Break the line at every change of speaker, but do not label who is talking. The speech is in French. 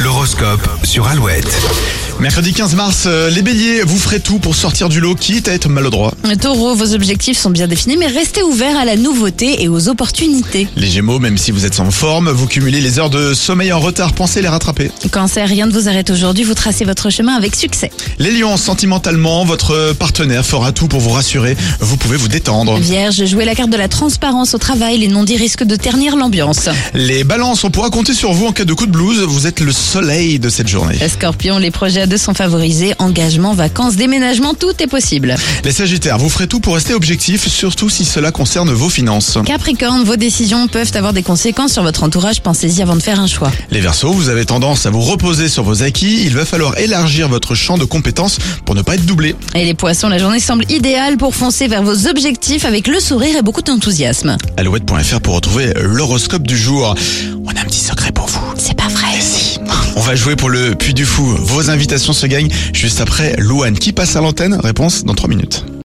L'horoscope sur Alouette.
Mercredi 15 mars, euh, les béliers, vous ferez tout pour sortir du lot, quitte à être maladroit.
Taureau, vos objectifs sont bien définis, mais restez ouverts à la nouveauté et aux opportunités.
Les gémeaux, même si vous êtes sans forme, vous cumulez les heures de sommeil en retard, pensez les rattraper.
Cancer, rien ne vous arrête aujourd'hui, vous tracez votre chemin avec succès.
Les lions, sentimentalement, votre partenaire fera tout pour vous rassurer, vous pouvez vous détendre.
Vierge, jouez la carte de la transparence au travail, les non-dits risquent de ternir l'ambiance.
Les balances, on pourra compter sur vous en cas de coup de blues, vous êtes le soleil de cette journée.
Scorpion, les projets à deux sont favorisés, engagement, vacances, déménagement, tout est possible.
Les sagittaires, vous ferez tout pour rester objectif, surtout si cela concerne vos finances.
Capricorne, vos décisions peuvent avoir des conséquences sur votre entourage, pensez-y avant de faire un choix.
Les versos, vous avez tendance à vous reposer sur vos acquis, il va falloir élargir votre champ de compétences pour ne pas être doublé.
Et les poissons, la journée semble idéale pour foncer vers vos objectifs avec le sourire et beaucoup d'enthousiasme.
Alouette.fr pour retrouver l'horoscope du jour. On a un petit secret pour vous.
C'est pas vrai.
On va jouer pour le Puy du Fou. Vos invitations se gagnent juste après Louane qui passe à l'antenne. Réponse dans 3 minutes.